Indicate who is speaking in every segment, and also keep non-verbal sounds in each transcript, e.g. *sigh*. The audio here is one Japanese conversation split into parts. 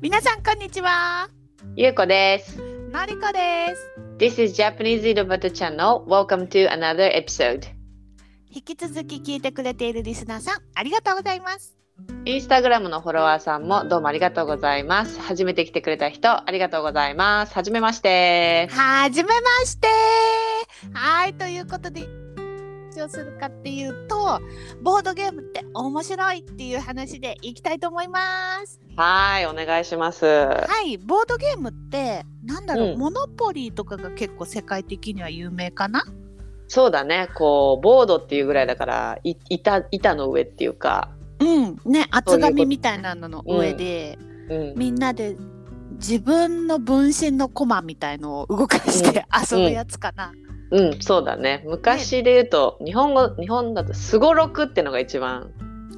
Speaker 1: 皆さんこんにちは。
Speaker 2: ゆうこです。
Speaker 1: のりこです。
Speaker 2: This is Japanese Little Butter Channel. Welcome to another episode.
Speaker 1: 引き続き聞いてくれているリスナーさん、ありがとうございます。
Speaker 2: インスタグラムのフォロワーさんもどうもありがとうございます。初めて来てくれた人、ありがとうございます。はじめまして。
Speaker 1: はじめまして。はい、ということで。何をするかっていうと、ボードゲームって面白いっていう話でいきたいと思います。
Speaker 2: はい、お願いします。
Speaker 1: はい、ボードゲームってなんだろう、
Speaker 2: うん
Speaker 1: モノポリーとかが結構世界的には有名かな。
Speaker 2: そうだね、こう、ボードっていうぐらいだから、い板板の上っていうか、
Speaker 1: うん、ね、
Speaker 2: そうい
Speaker 1: 厚
Speaker 2: うこと
Speaker 1: 紙みたいなのの上で。
Speaker 2: うん、
Speaker 1: みんなで自分の分身のコマみたいのを動かして遊ぶやつかな。
Speaker 2: うん、そうだね。昔で言うと、日本語、日本だとすごろくってのが一番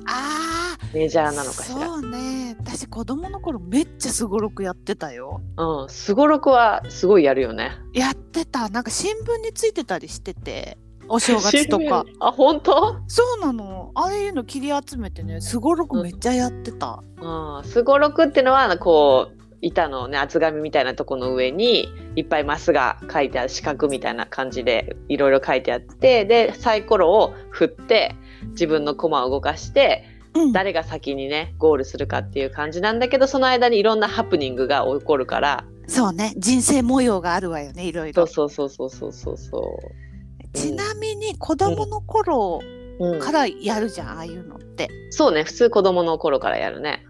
Speaker 1: あ
Speaker 2: メジャ
Speaker 1: あ、
Speaker 2: ーなのかしら。
Speaker 1: そうね。私子供の頃めっちゃすごろくやってたよ。
Speaker 2: うん、すごろくはすごいやるよね。
Speaker 1: やってた。なんか新聞についてたりしてて。お正月
Speaker 2: *laughs*
Speaker 1: とか。。
Speaker 2: あ、本当？
Speaker 1: そうなの。ああいうの切り集めてね、すごろくめっちゃやってた。
Speaker 2: うんすごろくってのはこう板のね厚紙みたいなとこの上にいっぱいマスが書いてある四角みたいな感じでいろいろ書いてあってでサイコロを振って自分の駒を動かして
Speaker 1: うん、
Speaker 2: 誰が先にねゴールするかっていう感じなんだけどその間にいろんなハプニングが起こるから
Speaker 1: そうね。人生模様があるわよね、いろい
Speaker 2: そ
Speaker 1: ろ
Speaker 2: う。そうそうそうそうそうそ
Speaker 1: ちなみに子供の頃
Speaker 2: う、うん
Speaker 1: か、らやるじゃん、ああいうのって。
Speaker 2: そうね普通子供の頃からやるね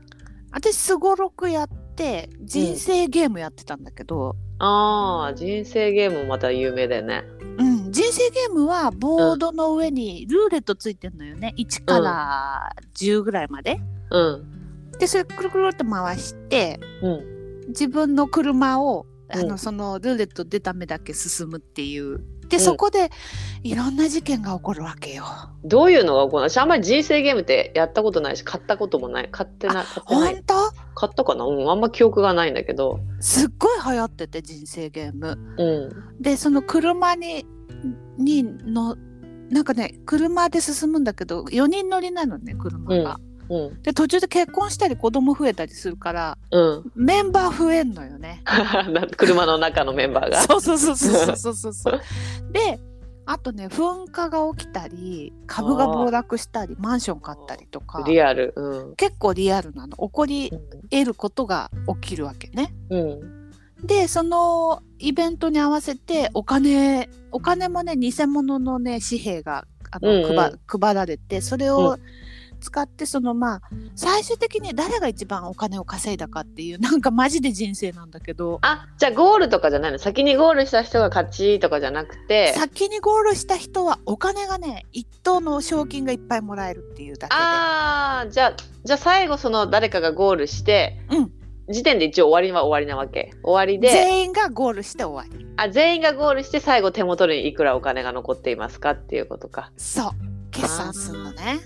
Speaker 1: 私すごろくやって人生ゲームやってたんだけど、
Speaker 2: あー人生ゲームもまた有名だよね
Speaker 1: うん人生ゲームはボードの上にルーレットついてるのよね1から10ぐらいまで。
Speaker 2: うん
Speaker 1: でそれくるくるって回して
Speaker 2: うん
Speaker 1: 自分の車をあの、
Speaker 2: うん
Speaker 1: そのルーレット出た目だけ進むっていう。で
Speaker 2: うん
Speaker 1: そこでいろんな事件が起こるわけよ。
Speaker 2: どういうのが行われ私あんまり人生ゲームってやったことないし買ったこともない買ってない買ってな
Speaker 1: 本
Speaker 2: い
Speaker 1: 当
Speaker 2: 買ったかなうんあんま記憶がないんだけど
Speaker 1: すっごい流行ってて人生ゲーム。
Speaker 2: うん
Speaker 1: でその車ににのなんかね車で進むんだけど4人乗りなのね車が。
Speaker 2: うん
Speaker 1: で途中で結婚したり子供増えたりするから
Speaker 2: うん *laughs*
Speaker 1: メンバー増えんのよね。
Speaker 2: な車の中のメンバーが
Speaker 1: そうそうそうそうそうそうそう。であとね噴火が起きたり株が暴落したりマンション買ったりとか
Speaker 2: リアルうん
Speaker 1: 結構リアルなの起こり得ることが起きるわけね。
Speaker 2: うん
Speaker 1: でそのイベントに合わせてお金お金もね偽物のね紙幣があの、
Speaker 2: うんうん
Speaker 1: 配配られてそれを使ってそのまあ最終的に誰が一番お金を稼いだかっていう *laughs* なんかマジで人生なんだけど
Speaker 2: あじゃあゴールとかじゃないの先にゴールした人が勝ちとかじゃなくて
Speaker 1: 先にゴールした人はお金がね一等の賞金がいっぱいもらえるっていうだけで
Speaker 2: あーじゃあじゃあ最後その誰かがゴールして、
Speaker 1: うん
Speaker 2: 時点で一応終わりは終わりなわけ終わりで
Speaker 1: 全員がゴールして終わり
Speaker 2: あ全員がゴールして最後手元にいくらお金が残っていますかっていうことか
Speaker 1: そう決算するのね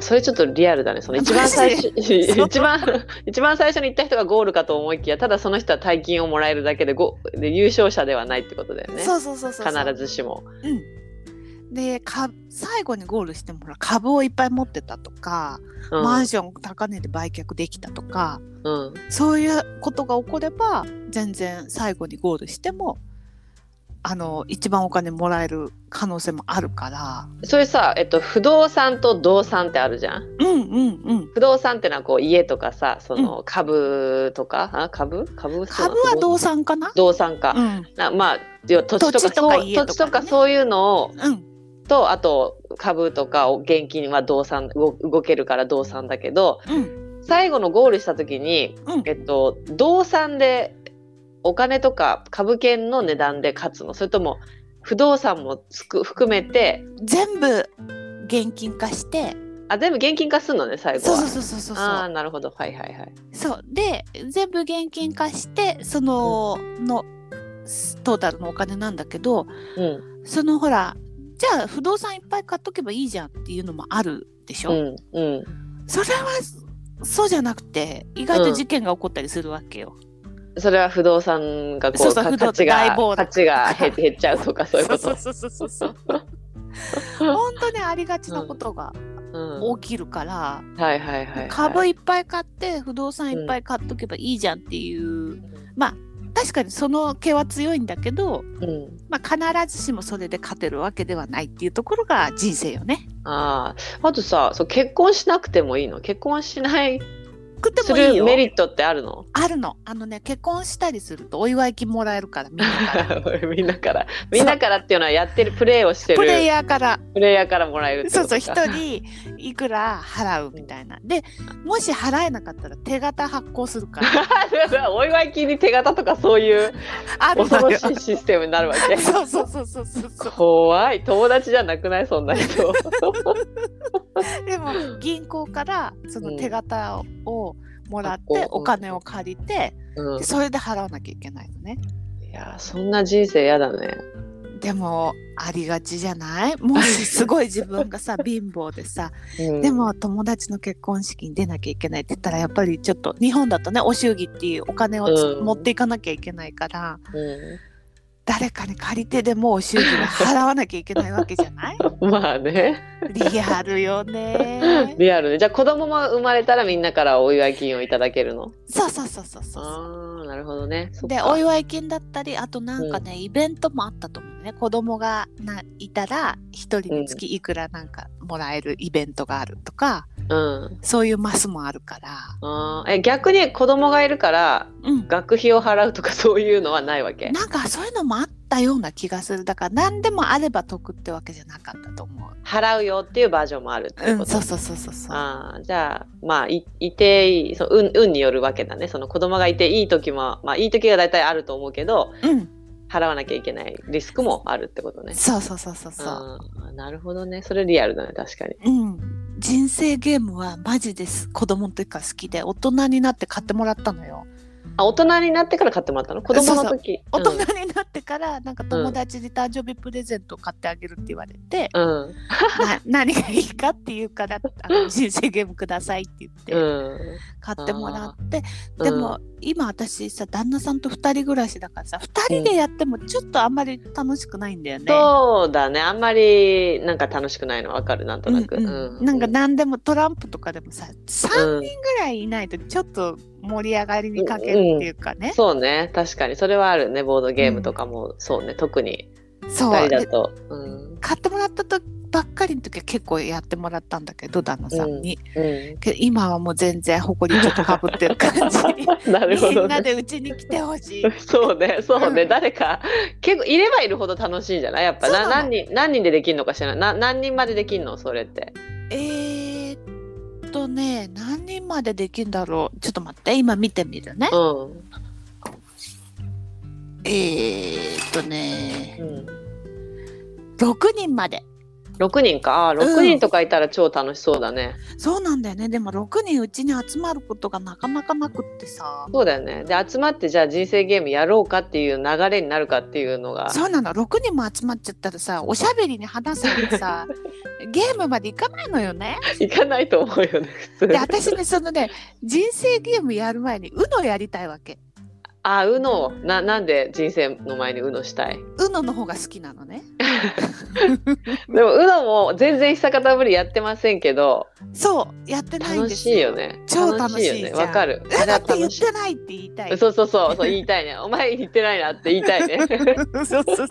Speaker 2: それちょっとリアルだね。その一番最
Speaker 1: *laughs*
Speaker 2: 初、*laughs*
Speaker 1: そう
Speaker 2: 一番、一番最初に行った人がゴールかと思いきや、ただその人は大金をもらえるだけで、ごで優勝者ではないってことだよね。
Speaker 1: そうそうそうそうそう
Speaker 2: 必ずしも。
Speaker 1: うん、でか最後にゴールしてもほら株をいっぱい持ってたとか、
Speaker 2: うん。
Speaker 1: マンション高値で売却できたとか
Speaker 2: うん、
Speaker 1: そういうことが起これば全然最後にゴールしてもあの一番お金もらえる可能性もあるから
Speaker 2: それさ、えっと、不動産と動産ってあるじゃん。
Speaker 1: うんうんうん
Speaker 2: 不動産ってのはこう家とかさ、その株とか、あ株株
Speaker 1: 株は動
Speaker 2: 産
Speaker 1: 産かな、
Speaker 2: 動産か。
Speaker 1: うん
Speaker 2: なまあ、要は土地と
Speaker 1: 土
Speaker 2: か
Speaker 1: 地とか
Speaker 2: そう
Speaker 1: 家とかね
Speaker 2: 土地とかそういうのを
Speaker 1: うん、
Speaker 2: とあと株とかを現金は動産動動けるから動産だけど、
Speaker 1: うん
Speaker 2: 最後のゴールした時に、
Speaker 1: うん
Speaker 2: えっと、動産でお金とか株券の値段で勝つのそれとも不動産もつく含めて
Speaker 1: 全部現金化して
Speaker 2: あ全部現金化するのね最後
Speaker 1: そ
Speaker 2: は
Speaker 1: うそうそうそうそうそう
Speaker 2: ああなるほどはいはいはい
Speaker 1: そうで全部現金化してその,、のすトータルのお金なんだけど
Speaker 2: うん
Speaker 1: そのほらじゃあ不動産いっぱい買っとけばいいじゃんっていうのもあるでし
Speaker 2: う
Speaker 1: ょ、
Speaker 2: んうん
Speaker 1: それはそうじゃなくて意外と事件が起こったりするわけよ。
Speaker 2: それは不動産がこ
Speaker 1: そう
Speaker 2: う
Speaker 1: そう
Speaker 2: か
Speaker 1: 不動
Speaker 2: 価値が
Speaker 1: 大暴落
Speaker 2: 価値が減減っ *laughs* ちゃうとかそういうこと
Speaker 1: そうそうそうそうそう本当にありがちなことが
Speaker 2: うん、
Speaker 1: 起きるから、
Speaker 2: はいはいはい、はい。
Speaker 1: 株いっぱい買って不動産いっぱい買っとけばいいじゃんっていう、確かにその気は強いんだけど、
Speaker 2: うん、
Speaker 1: まあ、必ずしもそれで勝てるわけではないっていうところが人生よね。
Speaker 2: ああ、あとさ、そう結婚しなくてもいいの？結婚しない
Speaker 1: 食って
Speaker 2: す
Speaker 1: もいい
Speaker 2: る
Speaker 1: よ
Speaker 2: メリットってあるの？
Speaker 1: あるのあのね結婚したりするとお祝い金もらえるからみんなから
Speaker 2: *laughs* みんなから、みんなからっていうのはやってるプレーをしてる
Speaker 1: プレイヤーから
Speaker 2: プレイヤーからもらえるって
Speaker 1: そ
Speaker 2: こ
Speaker 1: う
Speaker 2: と
Speaker 1: そう
Speaker 2: か。
Speaker 1: 一人いくら払うみたいなでもし払えなかったら手形発行する
Speaker 2: *laughs*
Speaker 1: から
Speaker 2: *laughs* お祝い金に手形とかそう
Speaker 1: *laughs*
Speaker 2: いう
Speaker 1: ある
Speaker 2: 恐
Speaker 1: の
Speaker 2: ろ
Speaker 1: よ。
Speaker 2: しいシステムになるわけ
Speaker 1: そうそうそうそうそうそう
Speaker 2: 怖い友達じゃなくないそん
Speaker 1: *laughs*
Speaker 2: な人。
Speaker 1: でも銀行からその手形をもらっ
Speaker 2: うん
Speaker 1: てお金を借りて
Speaker 2: うん
Speaker 1: で、それで払わなきゃいけないのね
Speaker 2: いやそんな人生やだね。
Speaker 1: でもありがちじゃない *laughs* もしすごい自分が
Speaker 2: *laughs*
Speaker 1: さ貧乏でさ
Speaker 2: うん
Speaker 1: でも友達の結婚式に出なきゃいけないって言ったらやっぱりちょっと日本だとねお祝儀っていうお金をつ、
Speaker 2: うん
Speaker 1: 持っていかなきゃいけないから
Speaker 2: う
Speaker 1: 誰かに借りてでもお祝儀は払わなきゃいけないわけじゃ
Speaker 2: *laughs*
Speaker 1: ない
Speaker 2: んまあね
Speaker 1: リアルよ
Speaker 2: *laughs*
Speaker 1: ね
Speaker 2: リアルねじゃあ子供も生まれたらみんなからお祝い金をいただけるの
Speaker 1: そうそうそうそうそうそう
Speaker 2: ああなるほどねそっか
Speaker 1: でお祝い金だったりあとなんかね、イベントもあったと思うね子供がないたら一人につきいくらなんかもらえるイベントがあるとか、
Speaker 2: うん
Speaker 1: そういうマスもあるから、
Speaker 2: あーえ逆に子供がいるから
Speaker 1: うん、
Speaker 2: 学費を払うとかそういうのはないわけ
Speaker 1: なんかそういうのもあったような気がするだから何でもあれば得ってわけじゃなかったと思う。
Speaker 2: 払うよっていうバージョンもあるって
Speaker 1: う
Speaker 2: いうんこと、
Speaker 1: そうそうそうそうそう。
Speaker 2: あーじゃあまあいいていいそう運運によるわけだねその子供がいていい時もまあいい時が大体あると思うけど
Speaker 1: うん、
Speaker 2: 払わなきゃいけないリスクもあるってことね
Speaker 1: そうそうそうそうそう。
Speaker 2: あーなるほどねそれリアルだね確かに
Speaker 1: うん、人生ゲームはマジです子供の時から好きで大人になって買ってもらったのよ。
Speaker 2: あ大人になってから買ってもらったの子供の時
Speaker 1: 大人になってからなんか友達に誕生日プレゼントを買ってあげるって言われて、
Speaker 2: うん
Speaker 1: な *laughs* 何がいいかっていうからあの人生ゲームくださいって言って。
Speaker 2: うん、
Speaker 1: 買ってもらって
Speaker 2: うん
Speaker 1: でも、今私さ旦那さんと2人暮らしだからさ2人でやってもちょっとあんまり楽しくないんだよね。
Speaker 2: そうだねあんまりなんか楽しくないのわかるなんとなく、
Speaker 1: うんうんなんか何でもトランプとかでもさ3
Speaker 2: うん
Speaker 1: ぐらいいないとちょっと盛り上がりに欠けるっていうかね、
Speaker 2: そうね確かにそれはあるねボードゲームとかも、そうね特に
Speaker 1: そう
Speaker 2: 2人だ
Speaker 1: で
Speaker 2: と、うん
Speaker 1: 買ってもらった時ばっかりの時は結構やってもらったんだけど旦那さんに、
Speaker 2: う
Speaker 1: けど今はもう全然埃ちょっとかぶ
Speaker 2: *laughs*
Speaker 1: ってる感じ *laughs*
Speaker 2: ん、なるほ
Speaker 1: みん
Speaker 2: ど
Speaker 1: な
Speaker 2: ね
Speaker 1: でうちに来てほし
Speaker 2: *laughs*
Speaker 1: い
Speaker 2: そうねそうね、
Speaker 1: うん
Speaker 2: 誰か結構いればいるほど楽しいんじゃないやっぱ
Speaker 1: そ
Speaker 2: な
Speaker 1: うなの
Speaker 2: 何人何人でできるのか知らないな何人までできるのそれって
Speaker 1: えーっとね何人までできんだろうちょっと待って今見てみるね
Speaker 2: うん、
Speaker 1: えーっとね
Speaker 2: うん、
Speaker 1: 6人まで
Speaker 2: 6人かあー6人とかいたら超楽しそうだね、
Speaker 1: そうなんだよねでも6人うちに集まることがなかなかなくってさ
Speaker 2: そうだよねで集まってじゃあ人生ゲームやろうかっていう流れになるかっていうのが
Speaker 1: そうなの6人も集まっちゃったらさおしゃべりに話すのに
Speaker 2: *laughs*
Speaker 1: さゲームまでいかないのよね
Speaker 2: いかないと思うよね普
Speaker 1: で
Speaker 2: 通
Speaker 1: 私ねそのね人生ゲームやる前に UNO やりたいわけ
Speaker 2: あうのななんで人生の前にうのしたい
Speaker 1: UNO の方が好きなのね
Speaker 2: でもうのも全然久方ぶりやってませんけど
Speaker 1: そうやってないん
Speaker 2: 楽
Speaker 1: です
Speaker 2: し
Speaker 1: よ
Speaker 2: いよね
Speaker 1: 超楽しいじゃん
Speaker 2: よねわかるあ
Speaker 1: え
Speaker 2: れ
Speaker 1: だ
Speaker 2: は
Speaker 1: って言っ
Speaker 2: 楽しい
Speaker 1: てないって言いたい
Speaker 2: そうそうそうそう言いたいねお前言ってないなって言いたいね
Speaker 1: *laughs* そうそうそう。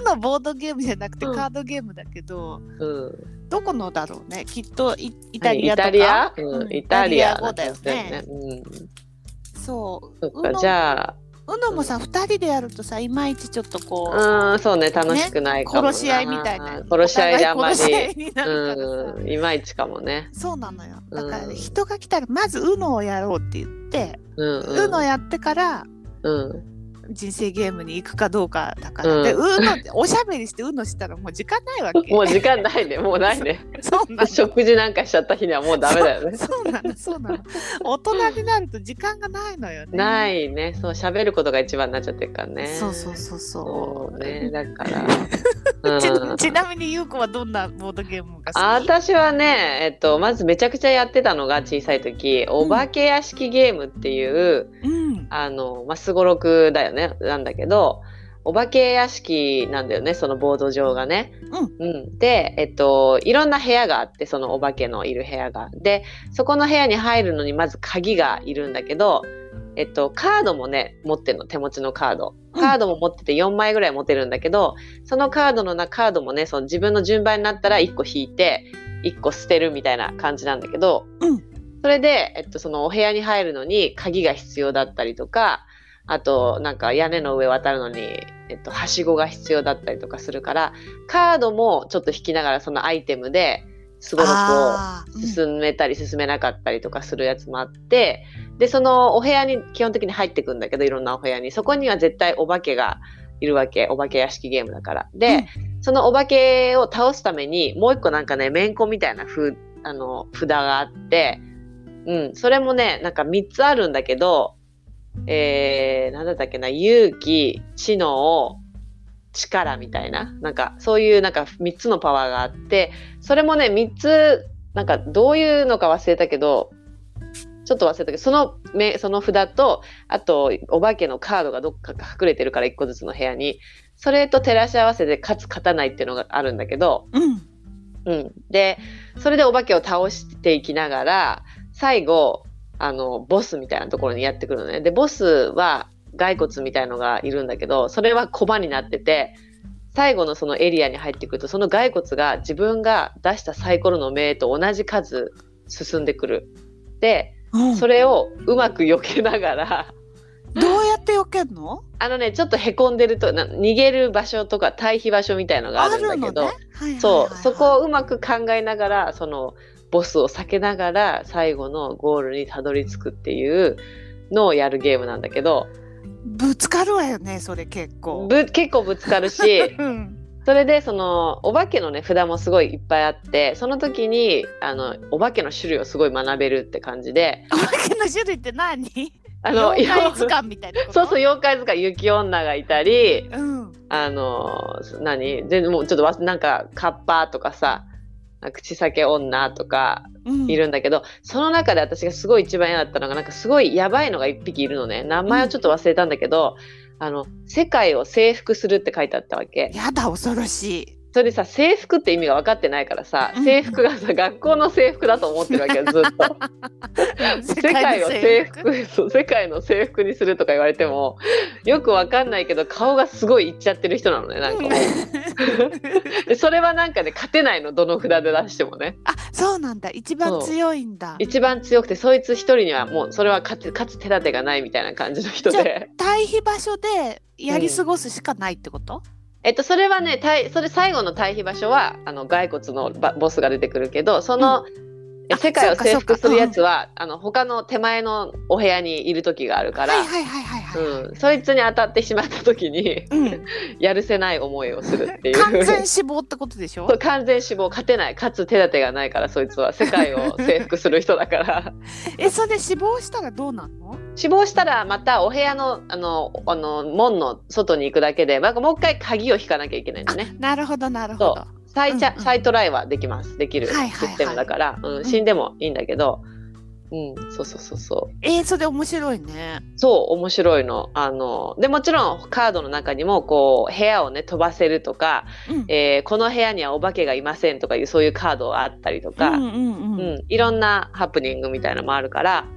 Speaker 1: うのボードゲームじゃなくて
Speaker 2: うん
Speaker 1: カードゲームだけど、
Speaker 2: うん
Speaker 1: どこのだろうね。きっとイイタリアと
Speaker 2: イ
Speaker 1: か。
Speaker 2: タリア
Speaker 1: う
Speaker 2: うんんイタリア
Speaker 1: イタリア語だよね
Speaker 2: うん
Speaker 1: そう。
Speaker 2: そっ
Speaker 1: う
Speaker 2: か
Speaker 1: の
Speaker 2: じゃ
Speaker 1: うのもさ、二人でやるとさ、いまいちちょっとこう、
Speaker 2: あうんそうね楽しくないかもな
Speaker 1: 殺し合いみたいな。
Speaker 2: 殺し合いであん
Speaker 1: お
Speaker 2: ま
Speaker 1: 互い殺
Speaker 2: り
Speaker 1: し合いになるからさ。
Speaker 2: うんいまいちかもね
Speaker 1: そうなのよ。だから、
Speaker 2: うん
Speaker 1: 人が来たら、まずうのをやろうって言って、
Speaker 2: うん
Speaker 1: うの、
Speaker 2: うん
Speaker 1: やってから、
Speaker 2: うん、
Speaker 1: 人生ゲームに行くかどうかだから、で
Speaker 2: う
Speaker 1: うのおしゃべりしてうのしたらもう時間ないわけ
Speaker 2: *laughs* もう時間ないねもうないね
Speaker 1: *laughs* そうなの
Speaker 2: 食事なんかしちゃった日にはもうダメだよね
Speaker 1: *laughs* そうそうなの、そうなの。大人になると時間がないのよね。。
Speaker 2: ないいねそう喋ることが一番になっちゃってるからね
Speaker 1: そうそうそうそ。
Speaker 2: そううねだからうん
Speaker 1: *laughs* ちちなみにゆうこはどんなボードゲームが
Speaker 2: あ
Speaker 1: 好き
Speaker 2: 私はね、えっと、まずめちゃくちゃやってたのが小さい時お化け屋敷ゲームっていう、
Speaker 1: うん。
Speaker 2: あのまあすごろくだよねなんだけどお化け屋敷なんだよねそのボード上がね。
Speaker 1: う
Speaker 2: うんで、えっと、いろんな部屋があってそのお化けのいる部屋が。でそこの部屋に入るのにまず鍵がいるんだけど、えっと、カードもね持ってるの手持ちのカード。
Speaker 1: うん
Speaker 2: カードも持ってて4枚ぐらい持てるんだけどそのカードのなカードもねその自分の順番になったら1個引いて1個捨てるみたいな感じなんだけど、
Speaker 1: うん
Speaker 2: それで、えっと、そのお部屋に入るのに鍵が必要だったりとかあとなんか屋根の上渡るのに、えっと、はしごが必要だったりとかするからカードもちょっと引きながらそのアイテムですごろくを
Speaker 1: あーうん
Speaker 2: 進めたり進めなかったりとかするやつもあってでそのお部屋に基本的に入ってくんだけどいろんなお部屋にそこには絶対お化けがいるわけお化け屋敷ゲームだからで、そのお化けを倒すためにもう一個なんかねめんこみたいなふあの札があって、うん、それもねなんか3つあるんだけどえー、なんだったっけな勇気知能力みたいななんかそういうなんか3つのパワーがあってそれもね3つなんかどういうのか忘れたけどちょっと忘れたけどそのめその札とあとお化けのカードがどっか隠れてるから1個ずつの部屋にそれと照らし合わせて勝つ勝たないっていうのがあるんだけど、
Speaker 1: うん
Speaker 2: うん、でそれでお化けを倒していきながら最後あのボスみたいなところにやってくるのねでボスは骸骨みたいのがいるんだけどそれはコマになってて最後のそのエリアに入ってくるとその骸骨が自分が出したサイコロの目と同じ数進んでくるで
Speaker 1: うん
Speaker 2: それをうまく避けながら
Speaker 1: どうやって避けんの
Speaker 2: あのねちょっとへこんでるとな逃げる場所とか退避場所みたいのがあるんだ
Speaker 1: の
Speaker 2: けど、
Speaker 1: ねはいはいはいはい
Speaker 2: そう、そこをうまく考えながら、そのボスを避けながら、最後のゴールにたどり着くっていうのをやるゲームなんだけど、
Speaker 1: ぶつかるわよねそれ結構、
Speaker 2: ぶ結構ぶつかるし
Speaker 1: *laughs* うん
Speaker 2: それでそのお化けのね札もすごいいっぱいあって、その時にあのお化けの種類をすごい学べるって感じで、
Speaker 1: お化けの種類って何
Speaker 2: あの
Speaker 1: 妖怪図
Speaker 2: そう
Speaker 1: 鑑みたいなこと
Speaker 2: *laughs* そう妖怪図鑑雪女がいたり、
Speaker 1: うん
Speaker 2: あの何全然もうちょっとわなんかカッパとかさ、口裂け女とか
Speaker 1: うん
Speaker 2: いるんだけど、その中で私がすごい一番嫌だったのがなんかすごいやばいのが1匹いるのね名前をちょっと忘れたんだけど、あの世界を征服するって書いてあったわけ
Speaker 1: やだ恐ろしい
Speaker 2: それでさ征服って意味が分かってないからさ
Speaker 1: うん
Speaker 2: 制服がさ、学校の制服だと思ってるわけよずっと世界を制服そう世界の制服にするとか言われてもよく分かんないけど顔がすごいいっちゃってる人なのねなんかもうでそれはなんかね勝てないのどの札で出してもね
Speaker 1: あそうなんだ一番強いんだ
Speaker 2: 一番強くてそいつ一人にはもうそれは勝つ勝つ手立てがないみたいな感じの人で。
Speaker 1: 対比場所でやり過ごすしかないってこと、
Speaker 2: えっと、それはね、対それ最後の退避場所は、あの骸骨のばボスが出てくるけど、その。え
Speaker 1: あ
Speaker 2: 世界を征
Speaker 1: そうかそう
Speaker 2: 服
Speaker 1: か
Speaker 2: するやつは、あの他の手前のお部屋にいる時があるから。
Speaker 1: はいはいはいはいはい、
Speaker 2: うん、そいつに当たってしまった時に、 *laughs*
Speaker 1: うん
Speaker 2: やるせない思いをするっていう
Speaker 1: 完全死亡ってことでしょ
Speaker 2: そう *laughs* 完全死亡勝てない勝つ手立てがないからそいつは世界
Speaker 1: *laughs*
Speaker 2: を征服する人だから
Speaker 1: えそれ死亡したらどうなんの
Speaker 2: 死亡したらまたお部屋のあのあの門の外に行くだけでなんかもう一回鍵を引かなきゃいけないんだね
Speaker 1: なるほどなるほど
Speaker 2: 再チャ
Speaker 1: うんうん
Speaker 2: 再トライはできますできる
Speaker 1: はいはいはい
Speaker 2: システムだから、うんん、死んでもいいんだけど、うんそうそうそうそう
Speaker 1: えー、それ面白いね
Speaker 2: そう面白いのあのでもちろんカードの中にもこう部屋をね飛ばせるとか、
Speaker 1: うん
Speaker 2: えーこの部屋にはお化けがいませんとかいうそういうカードがあったりと
Speaker 1: う
Speaker 2: か、
Speaker 1: んうん
Speaker 2: う
Speaker 1: うん
Speaker 2: ん、いろんなハプニングみたいなのもあるから、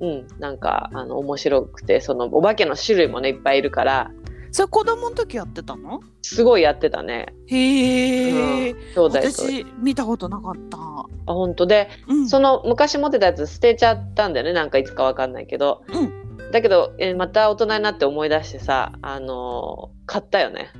Speaker 2: うん、なんかあの面白くてそのお化けの種類もねいっぱいいるから
Speaker 1: それ子供の時やってたの
Speaker 2: すごいやってたね。
Speaker 1: へえ、
Speaker 2: うん、兄弟と
Speaker 1: 私見たことなかった、
Speaker 2: あ本当で
Speaker 1: うん、
Speaker 2: その昔持ってたやつ捨てちゃったんだよねなんかいつかわかんないけど、
Speaker 1: う
Speaker 2: だけど、えーまた大人になって思い出してさあのー買ったよね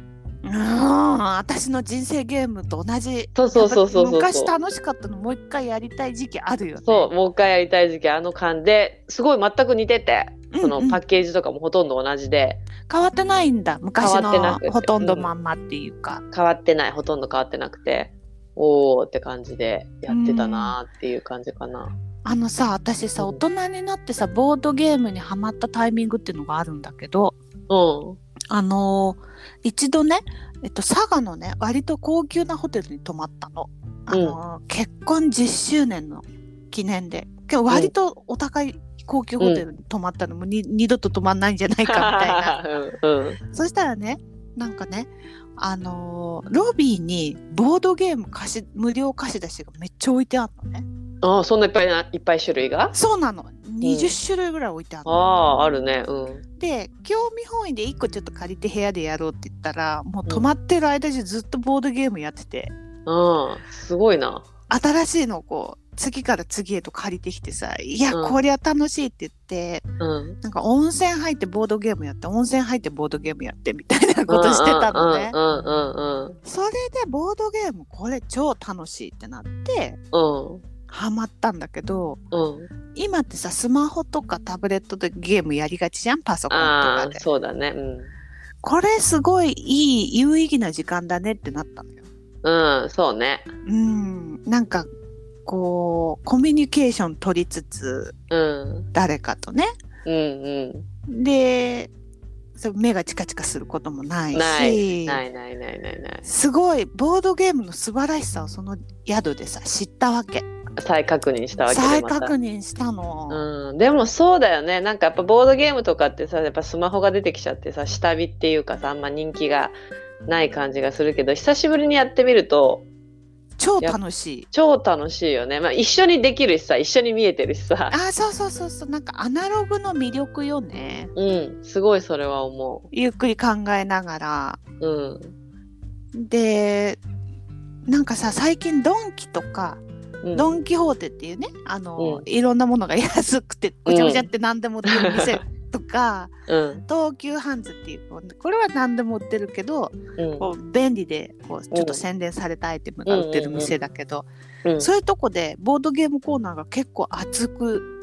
Speaker 1: うん私の人生ゲームと同じ
Speaker 2: そうそうそうそうそう
Speaker 1: やっぱ昔楽しかったのもう一回やりたい時期あるよね
Speaker 2: そうもう一回やりたい時期あの感ですごい全く似てて
Speaker 1: うんうん
Speaker 2: そのパッケージとかもほとんど同じで
Speaker 1: 変わってないんだ昔
Speaker 2: 変わってな
Speaker 1: の
Speaker 2: くて
Speaker 1: ほとんどまんまっていうか、
Speaker 2: 変わってないほとんど変わってなくておーって感じでやってたなーっていう感じかな、
Speaker 1: あのさ私さ
Speaker 2: う
Speaker 1: 大
Speaker 2: ん
Speaker 1: 人になってさボードゲームにはまったタイミングっていうのがあるんだけど
Speaker 2: うん、
Speaker 1: あのー一度ね、えっと、佐賀のね割と高級なホテルに泊まったの、あのー結婚10周年の記念で今日割とお高い高級ホテルに泊まったのもに、二度と泊まんないんじゃないかみたい
Speaker 2: *laughs*
Speaker 1: な
Speaker 2: うんうん
Speaker 1: そしたらねなんかねあのーロビーにボードゲーム貸し無料貸し出しがめっちゃ置いてあったのね
Speaker 2: ああそんないっぱいないっぱい種類が
Speaker 1: そうなの20種類ぐらい置いてあった
Speaker 2: あああるねうん
Speaker 1: で興味本位で1個ちょっと借りて部屋でやろうって言ったらもう泊まってる間中ずっとボードゲームやってて
Speaker 2: うんすごいな
Speaker 1: 新しいのをこう次から次へと借りてきてさ「いや
Speaker 2: うん
Speaker 1: こりゃ楽しい」って言って、
Speaker 2: うん
Speaker 1: なんか温泉入ってボードゲームやって温泉入ってボードゲームやってみたいなことしてたのね
Speaker 2: う。んうんうん
Speaker 1: それでボードゲームこれ超楽しいってなって
Speaker 2: うん
Speaker 1: ハマったんだけど
Speaker 2: うんうん
Speaker 1: 今ってさスマホとかタブレットでゲームやりがちじゃんパソコンと
Speaker 2: あ
Speaker 1: か
Speaker 2: あ
Speaker 1: で。
Speaker 2: そうだねうん
Speaker 1: これすごいいい有意義な時間だねってなったのよ。
Speaker 2: うん、そうね。
Speaker 1: うんなんかこうコミュニケーション取りつつ
Speaker 2: うん、
Speaker 1: 誰かとね
Speaker 2: うん、う
Speaker 1: でそう目がチカチカすることもないし
Speaker 2: ん。ない、ない、ない、ない、ない、ない。
Speaker 1: すごいボードゲームの素晴らしさをその宿でさ知ったわけ
Speaker 2: 再確認したわけで。
Speaker 1: 再
Speaker 2: また
Speaker 1: 確認したの、
Speaker 2: うん、でもそうだよねなんかやっぱボードゲームとかってさやっぱスマホが出てきちゃってさ下火っていうかさあんま人気がない感じがするけど久しぶりにやってみると
Speaker 1: 超楽しい
Speaker 2: 超楽しいよね、まあ、一緒にできるしさ一緒に見えてるしさ
Speaker 1: あそうそうそうそうなんかアナログの魅力よね
Speaker 2: うんすごいそれは思
Speaker 1: ゆっくり考えながら
Speaker 2: ううん、
Speaker 1: でなんかさ最近ドンキとか、
Speaker 2: うん、
Speaker 1: ドン・キホーテっていうねあの、
Speaker 2: うん
Speaker 1: いろんなものが安くてぐちゃぐちゃって何でも売ってる店とか、
Speaker 2: うん
Speaker 1: 東急ハンズっていうこうこれは何でも売ってるけど
Speaker 2: うん
Speaker 1: こう便利でこうちょっと宣伝されたアイテムが売ってる店だけど、
Speaker 2: うん
Speaker 1: そういうとこでボードゲームコーナーが結構熱く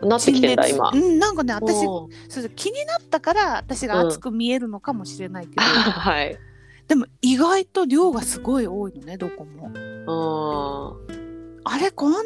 Speaker 2: なってきてんだ今
Speaker 1: うん、なんかね私
Speaker 2: おー
Speaker 1: そうそう気になったから私が熱く見えるのかもしれないけど、
Speaker 2: はい *laughs*
Speaker 1: でも意外と量がすごい多いのねどこも。
Speaker 2: う
Speaker 1: あれこんなに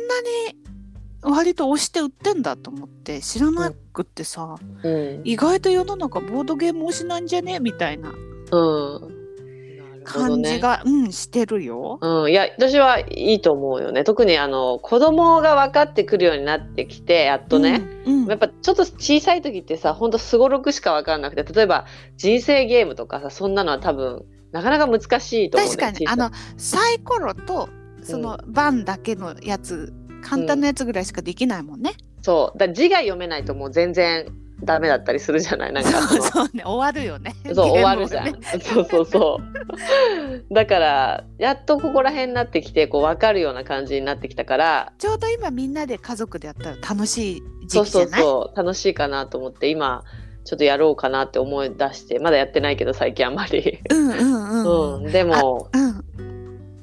Speaker 1: 割と押して売ってんだと思って知らなくってさ、
Speaker 2: んうん
Speaker 1: 意外と世の中ボードゲーム推しなんじゃねみたいな
Speaker 2: うんなるほど
Speaker 1: 感
Speaker 2: ね
Speaker 1: じが、うんしてるよ。
Speaker 2: うん、いや私はいいと思うよね特にあの子供が分かってくるようになってきてやっとね、
Speaker 1: うん、うん
Speaker 2: やっぱちょっと小さい時ってさほんとすごろくしか分かんなくて例えば人生ゲームとかさそんなのは多分なかなか難しいと思う、ね、
Speaker 1: 確かに
Speaker 2: 小さ
Speaker 1: あのサイコロとその番だけのやつ、簡単なやつぐらいしかできないもんね。
Speaker 2: そうだから字が読めないともう全然ダメだったりするじゃないなんかあ
Speaker 1: そう
Speaker 2: の
Speaker 1: *laughs* そうね終わるよね。 *laughs*
Speaker 2: そう終わるじゃ
Speaker 1: ゲーム
Speaker 2: ん。そうそうそう。 *laughs* だからやっとここら辺になってきてこう分かるような感じになってきたから
Speaker 1: ちょうど今みんなで家族でやったら楽しい時
Speaker 2: そう
Speaker 1: 期じ
Speaker 2: そ
Speaker 1: ゃ
Speaker 2: う
Speaker 1: ない
Speaker 2: そう楽しいかなと思って今ちょっとやろうかなって思い出してまだやってないけど最近あんまり。
Speaker 1: うんうんう。
Speaker 2: うん
Speaker 1: うん
Speaker 2: ん、でも、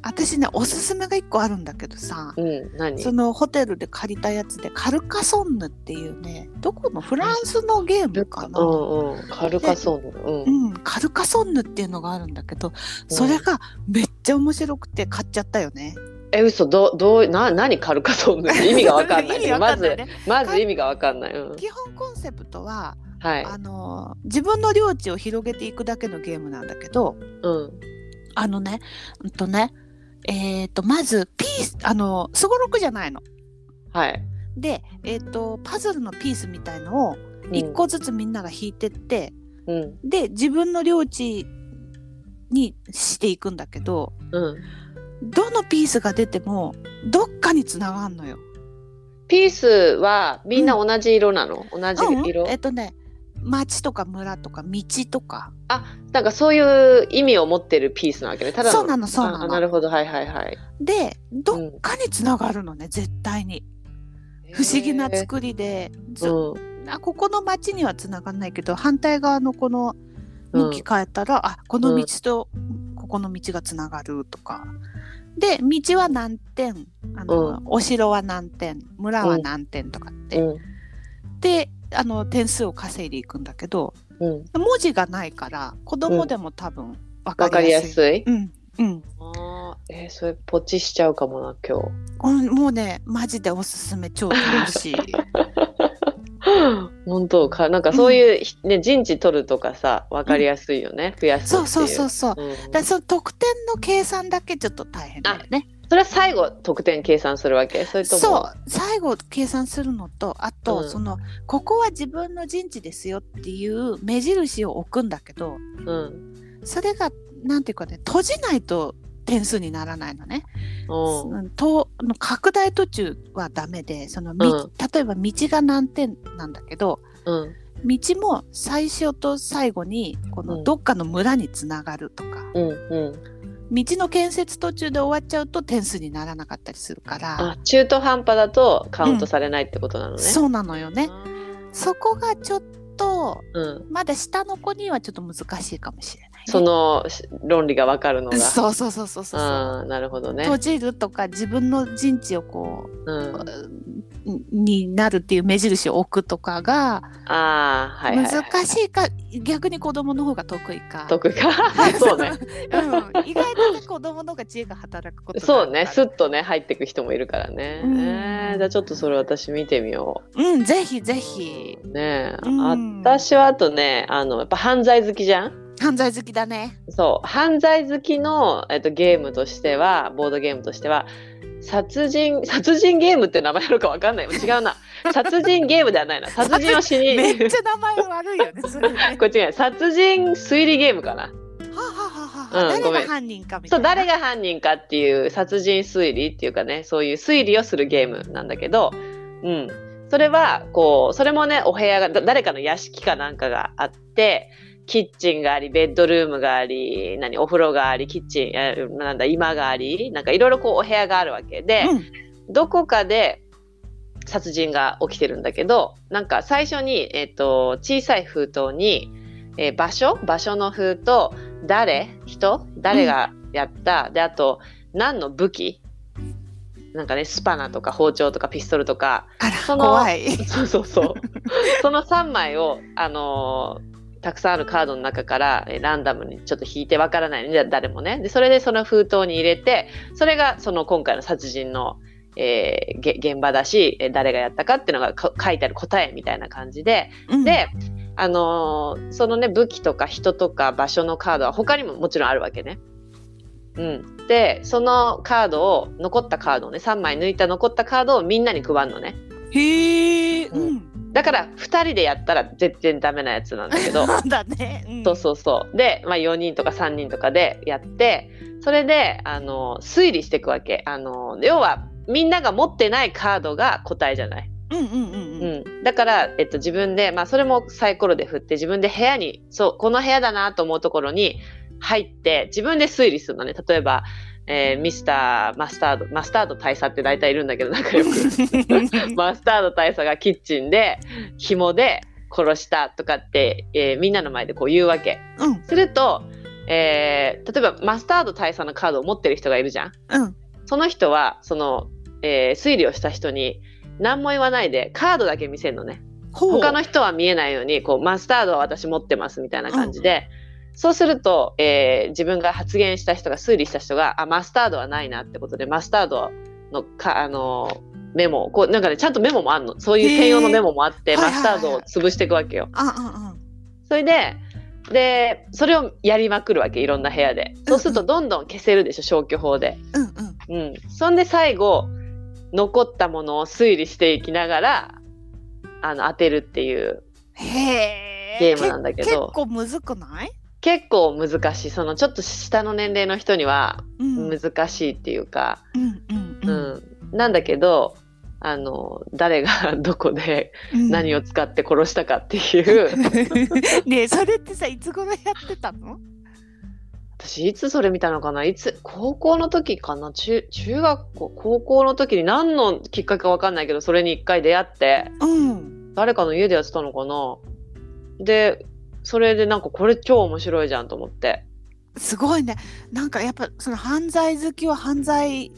Speaker 1: 私ねおすすめが一個あるんだけどさ、
Speaker 2: うん、何
Speaker 1: そのホテルで借りたやつでカルカソンヌっていうねどこのフランスのゲームかな、
Speaker 2: うんうん、カルカソンヌ。うん
Speaker 1: うん、カルカソンヌっていうのがあるんだけどそれがめっちゃ面白くて買っちゃったよね。
Speaker 2: え、嘘、どう、どう、な、何カルカソン
Speaker 1: *laughs*
Speaker 2: ヌって意味がわかんない。
Speaker 1: 意味わか
Speaker 2: ま
Speaker 1: んな
Speaker 2: ず
Speaker 1: い、ね
Speaker 2: まず意味がわかんない。うん、
Speaker 1: 基本コンセプトは、
Speaker 2: はい。
Speaker 1: あの自分の領地を広げていくだけのゲームなんだけど
Speaker 2: うん、
Speaker 1: あのねうんとねえー、とまずピースあのすごろくじゃないの。
Speaker 2: はい。
Speaker 1: で、えー、とパズルのピースみたいのを
Speaker 2: うん
Speaker 1: 1。個ずつみんなが引いてって、
Speaker 2: うん、
Speaker 1: で自分の領地にしていくんだけど
Speaker 2: うん。
Speaker 1: どのピースが出てもどっかにつながんのよ。
Speaker 2: ピースはみんな同じ色なの、同じ色、
Speaker 1: うんえっとね町とか村とか道とか
Speaker 2: あなんかそういう意味を持ってるピースなわけねただの
Speaker 1: そうなのそうな
Speaker 2: あ
Speaker 1: の。
Speaker 2: なるほどはいはいはい
Speaker 1: でどっかにつながるのね、絶対に不思議な作りで、ず
Speaker 2: うん
Speaker 1: あここの町にはつながんないけど反対側のこの向き変えたら、あこの道とここの道がつながるとか。で道は何点あの、
Speaker 2: うん
Speaker 1: お城は何点村は何点とかって、
Speaker 2: うん
Speaker 1: であの点数を稼いでいくんだけど
Speaker 2: うん
Speaker 1: 文字がないから子供でも多分分
Speaker 2: わ
Speaker 1: か
Speaker 2: か
Speaker 1: り
Speaker 2: り
Speaker 1: や
Speaker 2: や
Speaker 1: すい。
Speaker 2: すい
Speaker 1: うんうん
Speaker 2: あーえーそれポチしちゃうかもな今日 *gasps* *laughs*
Speaker 1: うん、もうねマジでおすすめ超楽しい。
Speaker 2: 本当かなんかそういう、ね陣地取るとかさ分かりやすいよね、増やす
Speaker 1: そ
Speaker 2: っ
Speaker 1: う
Speaker 2: て
Speaker 1: そ
Speaker 2: いう
Speaker 1: そうそう。
Speaker 2: うん
Speaker 1: だからその得点の計算だけちょっと大変だよね。
Speaker 2: それは最後得点計算するわけそれとも
Speaker 1: そう最後計算するのとあと、
Speaker 2: うん
Speaker 1: そのここは自分の陣地ですよっていう目印を置くんだけど
Speaker 2: うん
Speaker 1: それがなんていうかね閉じないと点数にならないのね。
Speaker 2: うん
Speaker 1: うんとの拡大途中はダメでその、み
Speaker 2: うん
Speaker 1: 例えば道が何点なんだけど
Speaker 2: うん
Speaker 1: 道も最初と最後にこ
Speaker 2: う
Speaker 1: の
Speaker 2: ん
Speaker 1: どっかの村につながるとか、
Speaker 2: うんうん
Speaker 1: 道の建設途中で終わっちゃうと点数にならなかったりするから。
Speaker 2: あ中途半端だとカウントされないってことなのね、
Speaker 1: そうなのよね。
Speaker 2: あ
Speaker 1: そこがちょっと
Speaker 2: ーうん
Speaker 1: まだ下の子にはちょっと難しいかもしれないね、
Speaker 2: そのし論理が分かるのが
Speaker 1: そうそうそうそうそうそう。
Speaker 2: あーなるほどね
Speaker 1: 閉、じるとか自分の陣地をこ
Speaker 2: うん、
Speaker 1: う
Speaker 2: あ
Speaker 1: うんになるっていう目印を置くとかが
Speaker 2: あーはいはい、はい、
Speaker 1: 難しいか、逆に子供の方が得意か。 *laughs*
Speaker 2: 得意かそうね
Speaker 1: うん意外とね子供の方が知恵が働くことがあ
Speaker 2: そう
Speaker 1: るから
Speaker 2: ねスッとね入ってく人もいるからね、
Speaker 1: うん
Speaker 2: えーじゃあちょっとそれ私見てみよ
Speaker 1: うんぜひぜ
Speaker 2: う
Speaker 1: ひ
Speaker 2: ねえ、
Speaker 1: うん
Speaker 2: 私はあとねあのやっぱ犯罪好きじゃん
Speaker 1: 犯罪好きだね
Speaker 2: そう犯罪好きの、えっと、ゲームとしてはボードゲームとしては殺人殺人ゲームって名前あるかわかんない違うな殺人ゲームではないな殺人をし
Speaker 1: *laughs*
Speaker 2: に
Speaker 1: めっちゃ名前悪いよねそれね
Speaker 2: *laughs* こっちが殺人推理ゲームかな
Speaker 1: はあはあはあはあ
Speaker 2: うんごめ
Speaker 1: 誰
Speaker 2: ん
Speaker 1: が犯人かみたい
Speaker 2: そ
Speaker 1: うな
Speaker 2: 誰が犯人かっていう殺人推理っていうかねそういう推理をするゲームなんだけど、うん、それはこうそれもねお部屋がだ誰かの屋敷かなんかがあってキッチンがありベッドルームがあり何お風呂がありキッチンえなんだ居間がありなんかいろいろこうお部屋があるわけで、
Speaker 1: うん
Speaker 2: どこかで殺人が起きてるんだけどなんか最初に、えっと小さい封筒に、えー場所場所の封筒誰人誰がやった、であと何の武器なんかねスパナとか包丁とかピストルとか
Speaker 1: あ
Speaker 2: そ
Speaker 1: ら
Speaker 2: の
Speaker 1: 怖い。 *laughs*
Speaker 2: そうそうそうその3枚をあのーたくさんあるカードの中からえーランダムにちょっと引いてわからないので誰もねでそれでその封筒に入れてそれがその今回の殺人の、えーげ現場だしえー誰がやったかっていうのがか書いてある答えみたいな感じで、
Speaker 1: うん
Speaker 2: で、あのーそのね武器とか人とか場所のカードは他にももちろんあるわけね。うん、でそのカードを残ったカードをね3枚抜いた残ったカードをみんなに配るのね。
Speaker 1: へえ、
Speaker 2: う
Speaker 1: うん。
Speaker 2: だから2人でやったら全然ダメなやつなん
Speaker 1: *laughs*
Speaker 2: だけど
Speaker 1: だね。うん
Speaker 2: そうそうそうで、まあ、4人とか3人とかでやってそれであの推理していくわけあの要はみんなが持ってないカードが答えじゃない、
Speaker 1: うんうんう
Speaker 2: うん
Speaker 1: うん。
Speaker 2: ん、だから、えっと、自分で、まあ、それもサイコロで振って自分で部屋にそうこの部屋だなと思うところに入って自分で推理するのね例えば、えーミスターマスタードマスタード大佐って大体いるんだけど仲良く。
Speaker 1: *laughs*
Speaker 2: マスタード大佐がキッチンで紐で殺したとかって、えーみんなの前でこう言うわけ
Speaker 1: うん
Speaker 2: すると、えー例えばマスタード大佐のカードを持ってる人がいるじゃん
Speaker 1: うん。
Speaker 2: その人はその、えー推理をした人に何も言わないでカードだけ見せるのね
Speaker 1: ほう
Speaker 2: 他の人は見えないようにこうマスタードは私持ってますみたいな感じで、そうすると、えー自分が発言した人が推理した人があマスタードはないなってことでマスタードのか、あのーメモをこうなんかねちゃんとメモもあるのそういう専用のメモもあって
Speaker 1: へー
Speaker 2: マスタードを潰していくわけよ。
Speaker 1: ああ
Speaker 2: それででそれをやりまくるわけいろんな部屋でそうするとどんどん消せるでしょ消去法で。
Speaker 1: あうんうん
Speaker 2: うん、そんで最後残ったものを推理していきながらあの当てるっていう
Speaker 1: へえ。
Speaker 2: ゲームなんだけど
Speaker 1: け結構むずくない？
Speaker 2: 結構難しいそのちょっと下の年齢の人には
Speaker 1: うんうん
Speaker 2: 難しいっていうか、
Speaker 1: うん
Speaker 2: うんなんだけどあの誰が *laughs* どこで
Speaker 1: うん。
Speaker 2: 何
Speaker 1: を？
Speaker 2: を使って殺したかっていう、
Speaker 1: *laughs* ねえそれってさいつ頃やってたの？
Speaker 2: 私いつそれ見たのかないつ高校の時かな中中学校高校の時に何のきっかけか分かんないけどそれに一回出会って
Speaker 1: うん。
Speaker 2: 誰かの家でやってたのかなでそれでなんかこれ超面白いじゃんと思って
Speaker 1: すごいね。なんかやっぱその犯罪好きは犯罪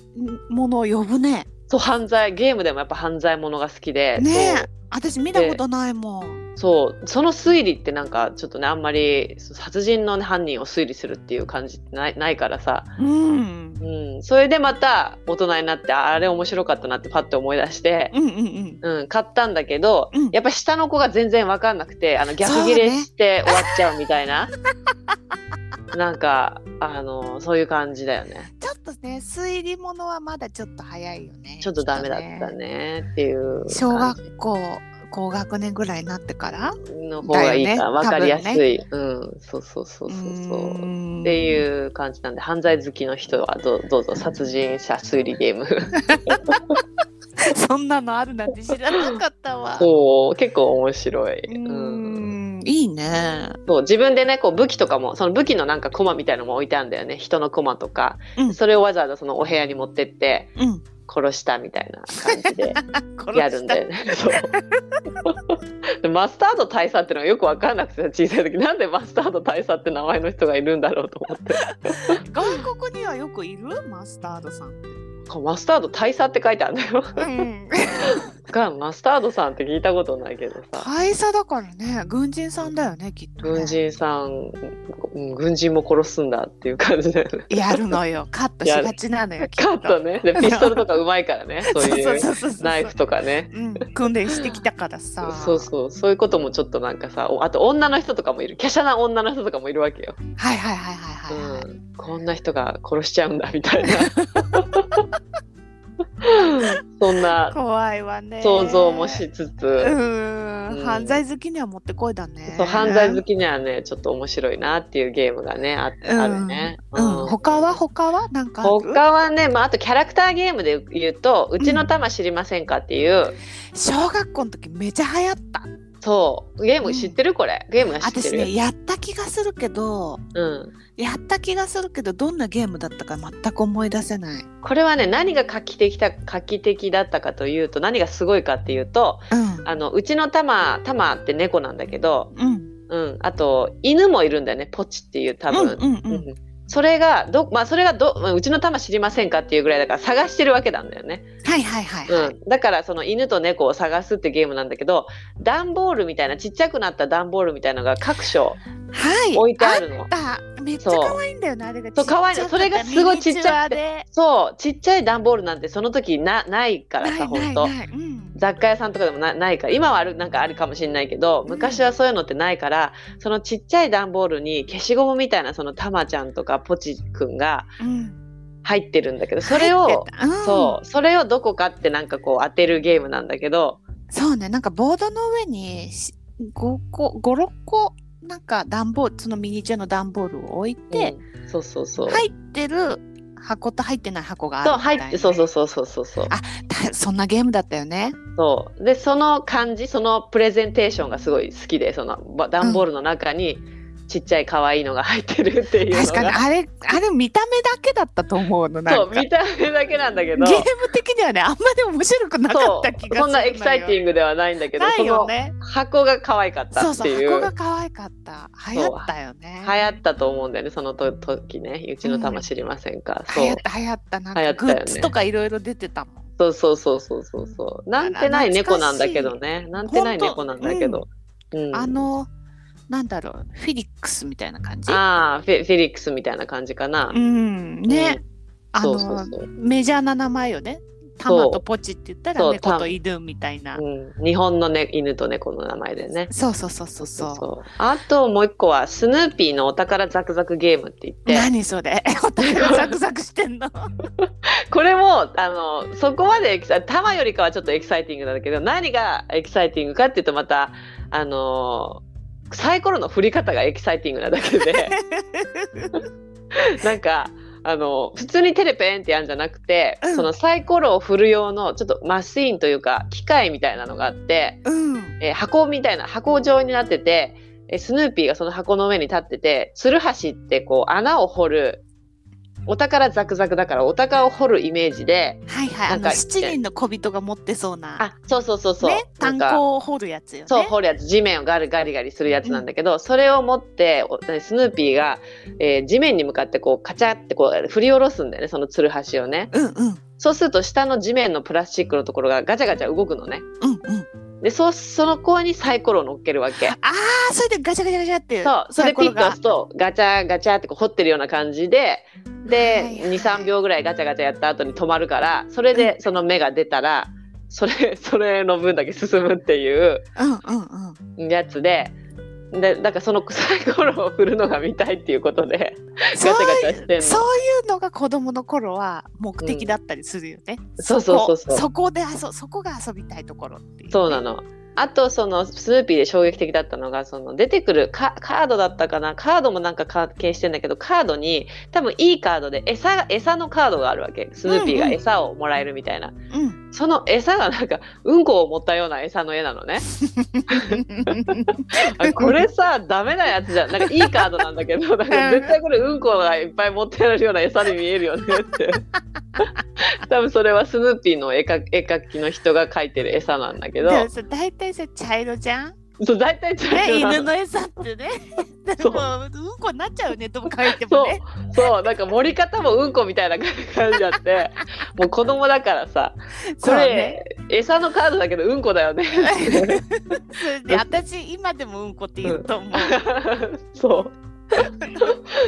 Speaker 1: ものを呼ぶね。
Speaker 2: そう犯罪ゲームでもやっぱ犯罪ものが好きで
Speaker 1: ね
Speaker 2: そう
Speaker 1: え私見たことないもん
Speaker 2: そうその推理ってなんかちょっとねあんまりそう殺人の犯人を推理するっていう感じってないないからさ、
Speaker 1: うん
Speaker 2: うん、それでまた大人になってああれ面白かったなってパッて思い出して、
Speaker 1: うんうんうん
Speaker 2: うん、買ったんだけど、
Speaker 1: うん
Speaker 2: やっぱ下の子が全然分かんなくてあの逆切れして終わっちゃうみた
Speaker 1: *laughs*
Speaker 2: いな、なんかあのそういう感じだよね
Speaker 1: ちょっとね推理物はまだちょっと早いよね
Speaker 2: ちょっとダメだったねっていう
Speaker 1: 小
Speaker 2: 感
Speaker 1: 学校高学年ぐらいになってから
Speaker 2: じの方がいい
Speaker 1: だ
Speaker 2: か、
Speaker 1: よね
Speaker 2: 分かりやす
Speaker 1: 多分
Speaker 2: い、うんそうそうそうそうそう。
Speaker 1: っ
Speaker 2: っていう感じなんで犯罪好きの人はどうどうぞ殺人者推理ゲーム
Speaker 1: そんなのあるなんて知らなかったわ。
Speaker 2: そう結構面白い、
Speaker 1: う
Speaker 2: うん、
Speaker 1: んいいね。
Speaker 2: そう自分でねこう武器とかもその武器のなんかコマみたいのも置いてあるんだよね人のコマとか、
Speaker 1: うん
Speaker 2: それをわざわざそのお部屋に持ってって
Speaker 1: うん。
Speaker 2: 殺したみたいな感
Speaker 1: *laughs*
Speaker 2: じでやるんだよね。そう *laughs* でマスタード大佐ってのがよく分かんなくて小さい時なんでマスタード大佐って名前の人がいるんだろうと思って
Speaker 1: 殺した外国にはよくいるマスタードさ
Speaker 2: *laughs*
Speaker 1: ん。
Speaker 2: こうマスタード大佐って書いてあるんだよ。 *laughs*
Speaker 1: うん。
Speaker 2: がマスタードさんって聞いたことないけどさ
Speaker 1: 大佐だからね、軍人さんだよね、きっと、ね。
Speaker 2: 軍人さんうん軍人も殺すんだっていう感じだよ *laughs* ね。
Speaker 1: やるのよ。カットしがちなのよ、きっ
Speaker 2: *laughs* カ
Speaker 1: と。
Speaker 2: ットねでピストルとかうまいからね *laughs* そうい
Speaker 1: そう
Speaker 2: う
Speaker 1: そうそうそう
Speaker 2: ナイフとかね。
Speaker 1: うん、訓練してきたからさ。
Speaker 2: そうそうそういうこともちょっとなんかさおあと女の人とかもいる華奢な女の人とかもいるわけよ、
Speaker 1: はいはいはいはいはい、はい
Speaker 2: うん、こんな人が殺しちゃうんだみ *laughs* たいなそんな
Speaker 1: 怖いわね。
Speaker 2: 想像もしつつ、
Speaker 1: う
Speaker 2: うん
Speaker 1: ん。犯罪好きにはもってこいだね。
Speaker 2: そう犯罪好きにはねちょっと面白いなっていうゲームがねあ,、あるね、
Speaker 1: うん、他は他はなんかある
Speaker 2: 他はね、まあ、あとキャラクターゲームで言うと「うちの玉知りませんか?」っていう、
Speaker 1: 小学校の時めちゃ流行った
Speaker 2: そうゲー
Speaker 1: う
Speaker 2: ム
Speaker 1: ん
Speaker 2: 知ってるこれゲームが知って
Speaker 1: 私
Speaker 2: る、
Speaker 1: ねやった気がするけど
Speaker 2: うん、
Speaker 1: やった気がするけどどんなゲームだったか全く思い出せない、うん、
Speaker 2: これはね何が画期的だ画期的だったかというと何がすごいかっていうとあのうちの玉玉って猫なんだけど、
Speaker 1: うん
Speaker 2: うん、あと犬もいるんだよねポチっていう多分、
Speaker 1: うんうんう
Speaker 2: うんんそれがど、まあ、それがどまあうちの玉知りませんかっていうぐらいだから探してるわけなんだよね。
Speaker 1: はいはいはいは
Speaker 2: う
Speaker 1: い、
Speaker 2: ん、だからその犬と猫を探すってゲームなんだけど段ボールみたいなちっちゃくなった段ボールみたいのが各所
Speaker 1: はい
Speaker 2: 置いてあるの。
Speaker 1: あっためっちゃ可愛いんだよねあれが
Speaker 2: そう可愛いのそれがすごいちっちゃく
Speaker 1: て
Speaker 2: そうちっちゃい段ボールなんてその時なないから
Speaker 1: ない
Speaker 2: さ
Speaker 1: な
Speaker 2: 本
Speaker 1: い
Speaker 2: 当
Speaker 1: ない、うん、
Speaker 2: 雑貨屋さんとかでもなないから今はあるなんかあるかもしれないけど昔はそういうのってないから、そのちっちゃい段ボールに消しゴムみたいなそのたまちゃんとかポチくんが
Speaker 1: うん
Speaker 2: 入ってるんだけどそれを、
Speaker 1: 入ってたうん、
Speaker 2: そうそれをどこかってなんかこう当てるゲームなんだけど
Speaker 1: そうねなんかボードの上にし5個56個なんか段ボールそのミニチュアの段ボールを置いて、
Speaker 2: うんそうそうそう。
Speaker 1: 入ってる箱と入ってない箱がある
Speaker 2: そう
Speaker 1: みた
Speaker 2: 入
Speaker 1: いな
Speaker 2: ってそうそうそうそうそうそう
Speaker 1: あたそんなゲームだったよね
Speaker 2: そうでその感じそのプレゼンテーションがすごい好きでそのば段ボールの中にちっちゃい可愛いのが入ってるっていうのが
Speaker 1: 確かにあれあれ見た目だけだったと思うのなんか
Speaker 2: そう見た目だけなんだけ
Speaker 1: ゲ
Speaker 2: ど
Speaker 1: ーム的にはねあんまり面白くなか
Speaker 2: そ
Speaker 1: った気
Speaker 2: う
Speaker 1: がする
Speaker 2: そんなエキサイティ
Speaker 1: ン
Speaker 2: ングではないんだけど
Speaker 1: ないよ
Speaker 2: そ
Speaker 1: ね
Speaker 2: の箱が可愛かっ
Speaker 1: そ
Speaker 2: た
Speaker 1: う
Speaker 2: って
Speaker 1: そう
Speaker 2: いう
Speaker 1: 箱が可愛かった流行ったよね
Speaker 2: 流行ったと思うんだよねそのと時ねうちの玉知りませんか、
Speaker 1: 流行った流行ったなん
Speaker 2: 流行
Speaker 1: か
Speaker 2: った
Speaker 1: グ
Speaker 2: よね
Speaker 1: ッズとかいろいろ出てたもん
Speaker 2: そうそうそうそうそうそうなんてない猫なんだけどねなんてない猫なんだけど、うん
Speaker 1: あのなんだろうフィリックスみたいな感じ
Speaker 2: あーフェフェリックスみたいな感じかな、
Speaker 1: うんね、あの
Speaker 2: そうそうそう
Speaker 1: メジャーな名前よねタマとポチって言った
Speaker 2: そ
Speaker 1: ら
Speaker 2: う
Speaker 1: 猫と犬みたいな
Speaker 2: うん、日本の、ね、犬と猫の名前でね。
Speaker 1: そうそうそうそうそう
Speaker 2: うあともう一個はスヌーピーのお宝ザクザクゲームって言って
Speaker 1: 何そ
Speaker 2: *laughs*
Speaker 1: れお互いがザクザクしてんの
Speaker 2: これもあのそこまでエキサ玉よりかはちょっとエキサイティングなんだけど何がエキサイティングかっていうとまたあのサイコロの振り方がエキサイティングなだ
Speaker 1: *laughs*
Speaker 2: けでなんかあの普通にテレペンってやるんじゃなくて、
Speaker 1: うん
Speaker 2: そのサイコロを振る用のちょっとマシーンというか機械みたいなのがあって。
Speaker 1: うん
Speaker 2: えー箱みたいな箱状になってて、えースヌーピーがその箱の上に立っててつるはしってこう穴を掘るお宝ザクザクだからお宝を掘るイメージで
Speaker 1: はいはい
Speaker 2: な
Speaker 1: あ
Speaker 2: ん
Speaker 1: の
Speaker 2: か
Speaker 1: 7人の小人が持ってそうな
Speaker 2: あそうそうそうそう、
Speaker 1: ね
Speaker 2: な
Speaker 1: 炭
Speaker 2: んか
Speaker 1: 鉱を掘るやつよね
Speaker 2: そう掘るやつ地面をガリガリガリするやつなんだけど、それを持っておスヌーピーが、えー地面に向かってこうカチャってこう振り下ろすんだよねそのつるはしをね
Speaker 1: うんうん
Speaker 2: そうすると下の地面のプラスチックのところがガチャガチャ動くのね
Speaker 1: うんうん
Speaker 2: でそうその子にサイコロを乗っけるわけ
Speaker 1: あーそれでガチャガチャガチャって
Speaker 2: そうそれピッと押
Speaker 1: が
Speaker 2: すとガチャガチャってこう掘ってるような感じで
Speaker 1: は
Speaker 2: で
Speaker 1: いはい
Speaker 2: 23秒ぐらいガチャガチャやった後に止まるからそれでその目が出たらそれそれの分だけ進むっていう。
Speaker 1: うんうんうん
Speaker 2: やつで。でだからそのサイコロを振るのが見たいっていうことでガチャガチャしてんの
Speaker 1: そういうのが子供の頃は目的だったりするよね。
Speaker 2: そうそうそうそう
Speaker 1: そこで遊そこが遊びたいところっていう。
Speaker 2: そうなのあとそのスヌーピーで衝撃的だったのがその出てくるカカードだったかなカードもなんか関係してんだけどカードに多分いいカードで餌餌のカードがあるわけスヌーピーが餌をもらえるみたいな、
Speaker 1: うん。
Speaker 2: その餌がなんかうんこを持ったような餌の絵な
Speaker 1: *laughs*
Speaker 2: のねあこれさダメなやつじゃんなんかいいカードなんだ
Speaker 1: *laughs*
Speaker 2: けどなんか絶対これうんこがいっぱい持ってあるような餌に見えるよねって
Speaker 1: *laughs*
Speaker 2: 多分それはスヌーピーの絵か絵描きの人が描いてる餌なんだけど
Speaker 1: でもさ大体さ茶色じゃん。
Speaker 2: *laughs* そう大体
Speaker 1: ね
Speaker 2: 違う
Speaker 1: 犬
Speaker 2: なの
Speaker 1: の餌ってね。で
Speaker 2: *laughs* そう
Speaker 1: もうんこになっちゃうねとも書いて
Speaker 2: そ
Speaker 1: も
Speaker 2: う
Speaker 1: ね。
Speaker 2: そうなんか盛り方もうんこみたいな感じだって *laughs* もう子供だからさこ
Speaker 1: そう
Speaker 2: れ、
Speaker 1: ね
Speaker 2: 餌のカードだけどうんこだよ *laughs* ねって
Speaker 1: それで私今でもうんこって言うと思う。
Speaker 2: そう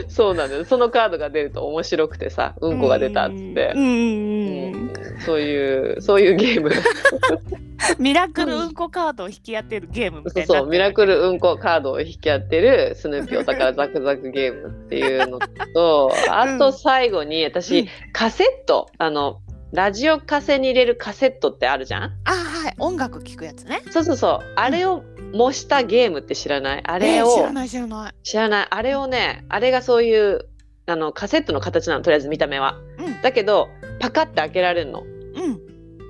Speaker 2: そうなんだよそのカードが出ると面白くてさうんこが出たっつって
Speaker 1: う、
Speaker 2: うん
Speaker 1: うん。
Speaker 2: そういうそういうゲー *laughs* ム
Speaker 1: ミラクルうんこカードを引き当てるゲームみた
Speaker 2: そ
Speaker 1: いうになってる。
Speaker 2: そうミラクルうんこカードを引き合ってるスヌーピーお宝ザクザクゲームっていうのとあと最後に私、
Speaker 1: うん
Speaker 2: カセットあのラジオカセに入れるカセットってあるじゃん
Speaker 1: あはい音楽聞くやつね。
Speaker 2: そうそうそうあれを模したゲームって知らないあ
Speaker 1: あ
Speaker 2: れを、
Speaker 1: 知らない知らない。
Speaker 2: 知らないあれをねあれがそういうあのカセットの形なのとりあえず見た目はだけどパカッて開けられるの
Speaker 1: うんうん。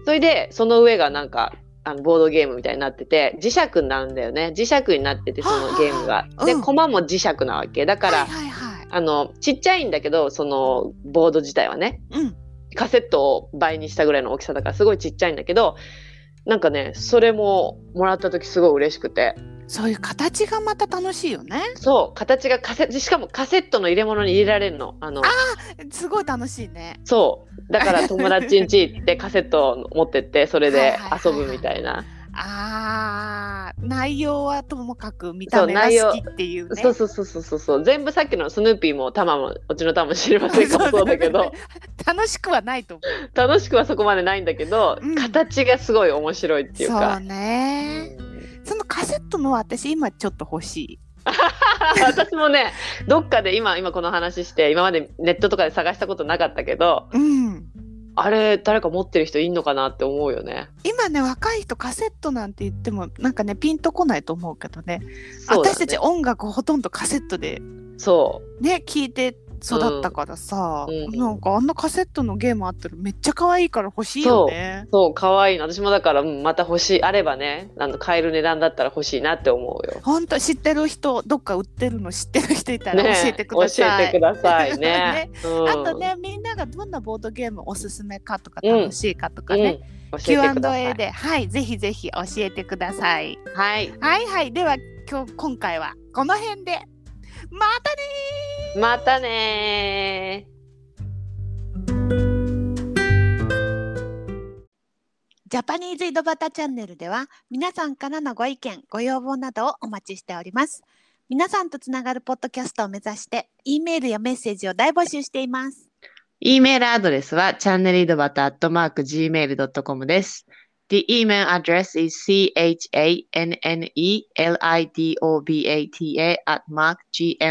Speaker 2: それでその上がなんかあのボードゲームみたいになってて磁石になるんだよね磁石になっててそのゲームが
Speaker 1: はあはあ
Speaker 2: で
Speaker 1: うん
Speaker 2: 駒も磁石なわけだから、
Speaker 1: はいはいはい。
Speaker 2: あのちっちゃいんだけどそのボード自体はね
Speaker 1: うん。
Speaker 2: カセットを倍にしたぐらいの大きさだからすごいちっちゃいんだけどなんかねそれももらった時すごい嬉しくて
Speaker 1: そういう形がまた楽しいよね。
Speaker 2: そう形がカセットしかもカセットの入れ物に入れられるのあの
Speaker 1: すごい楽しいね。
Speaker 2: そうだから友達ん家行ってカセットを持っ
Speaker 1: *laughs*
Speaker 2: てってそれで遊ぶみたいな
Speaker 1: あー内容はともかく見た目が
Speaker 2: そう内容
Speaker 1: 好きっていうね。
Speaker 2: そうそうそうそうそうそう全部さっきのスヌーピーもタマもうちのタマも知りませんかもそうだ
Speaker 1: *laughs*
Speaker 2: けど
Speaker 1: 楽しくはないと思う。
Speaker 2: 楽しくはそこまでないんだけど、
Speaker 1: うん
Speaker 2: 形がすごい面白いっていう
Speaker 1: そう
Speaker 2: か。
Speaker 1: ね。そのカセットの私今ちょっと欲しい。
Speaker 2: *laughs* 私もねどっかで今今この話して今までネットとかで探したことなかったけど
Speaker 1: うん。
Speaker 2: あれ誰か持ってる人いんのかなって思うよね。
Speaker 1: 今ね若い人カセットなんて言ってもなんかねピンとこないと思うけどね
Speaker 2: そうだね
Speaker 1: 私たち音楽ほとんどカセットで
Speaker 2: そう
Speaker 1: ね聞いて育ったからさ、
Speaker 2: うんうん
Speaker 1: なんかあんなカセットのゲームあったらめっちゃ可愛いから欲しいよね。
Speaker 2: そう可愛いの私もだから、うんまた欲しいあればねあの買える値段だったら欲しいなって思うよ。
Speaker 1: 本当知ってる人どっか売ってるの知ってる人いたら教えてください。
Speaker 2: ねえ教えてくだ
Speaker 1: *laughs*
Speaker 2: さいね。うん
Speaker 1: あと、ねみんながどんなボードゲームおすすめかとか楽しいかと
Speaker 2: う
Speaker 1: か
Speaker 2: ん、
Speaker 1: ね、
Speaker 2: 教えてくださ
Speaker 1: Q&A
Speaker 2: い。
Speaker 1: ではいぜひぜひ教えてください。
Speaker 2: はい、
Speaker 1: はいはいでは今日今回はこの辺でまたねー
Speaker 2: またね
Speaker 1: ジャパニーズ井戸端チャンネルでは皆さんからのご意見ご要望などをお待ちしております皆さんとつながるポッドキャストを目指して E メールやメッセージを大募集しています
Speaker 2: E メールアドレスは channelidobata.gmail.com です。The email address is chanelidobata at mark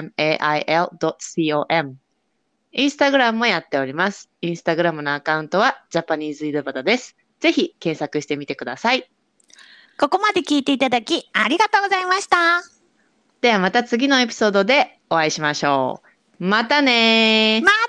Speaker 2: gmail.com。インスタグラムもやっております。インスタグラムのアカウントはジャパニーズ井戸端です。ぜひ検索してみてください。
Speaker 1: ここまで聞いていただきありがとうございました
Speaker 2: ではまた次のエピソードでお会いしましょう。またねー。
Speaker 1: またね